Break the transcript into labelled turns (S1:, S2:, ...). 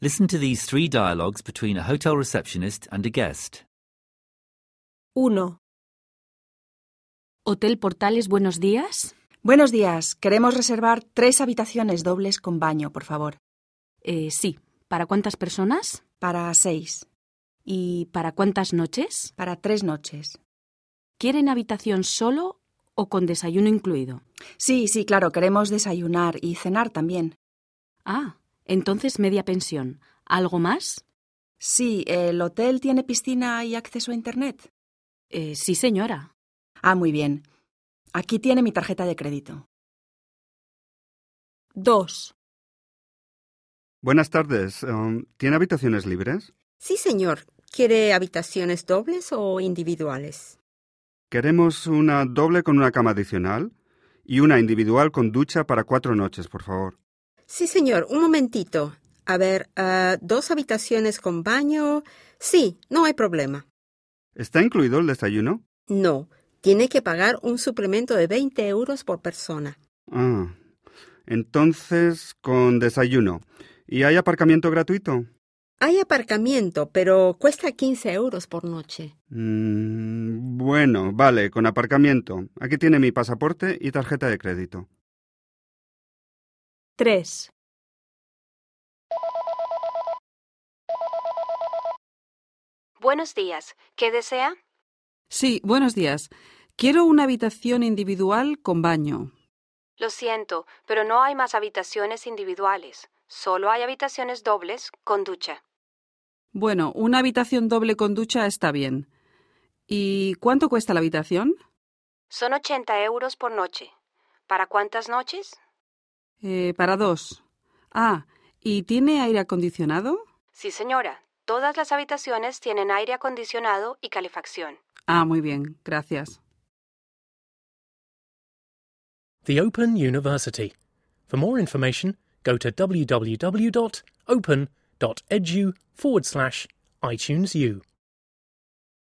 S1: Listen to these three dialogues between a hotel receptionist and a guest.
S2: 1.
S3: Hotel Portales, buenos días.
S2: Buenos días. Queremos reservar tres habitaciones dobles con baño, por favor.
S3: Eh, sí. ¿Para cuántas personas?
S2: Para seis.
S3: ¿Y para cuántas noches?
S2: Para tres noches.
S3: ¿Quieren habitación solo o con desayuno incluido?
S2: Sí, sí, claro. Queremos desayunar y cenar también.
S3: Ah, entonces media pensión. ¿Algo más?
S2: Sí, ¿el hotel tiene piscina y acceso a Internet?
S3: Eh, sí, señora.
S2: Ah, muy bien. Aquí tiene mi tarjeta de crédito.
S3: 2.
S4: Buenas tardes. Um, ¿Tiene habitaciones libres?
S5: Sí, señor. ¿Quiere habitaciones dobles o individuales?
S4: Queremos una doble con una cama adicional y una individual con ducha para cuatro noches, por favor.
S5: Sí, señor. Un momentito. A ver, ah, dos habitaciones con baño. Sí, no hay problema.
S4: ¿Está incluido el desayuno?
S5: No, tiene que pagar un suplemento de 20 euros por persona.
S4: Ah, entonces con desayuno. ¿Y hay aparcamiento gratuito?
S5: Hay aparcamiento, pero cuesta 15 euros por noche.
S4: Mm, bueno, vale, con aparcamiento. Aquí tiene mi pasaporte y tarjeta de crédito.
S2: 3.
S6: Buenos días. ¿Qué desea?
S7: Sí, buenos días. Quiero una habitación individual con baño.
S6: Lo siento, pero no hay más habitaciones individuales. Solo hay habitaciones dobles con ducha.
S7: Bueno, una habitación doble con ducha está bien. ¿Y cuánto cuesta la habitación?
S6: Son 80 euros por noche. ¿Para cuántas noches?
S7: Eh, para dos. Ah, ¿y tiene aire acondicionado?
S6: Sí, señora. Todas las habitaciones tienen aire acondicionado y calefacción.
S7: Ah, muy bien, gracias.
S8: The Open University. For more information, go to www.open.edu forward slash iTunes U.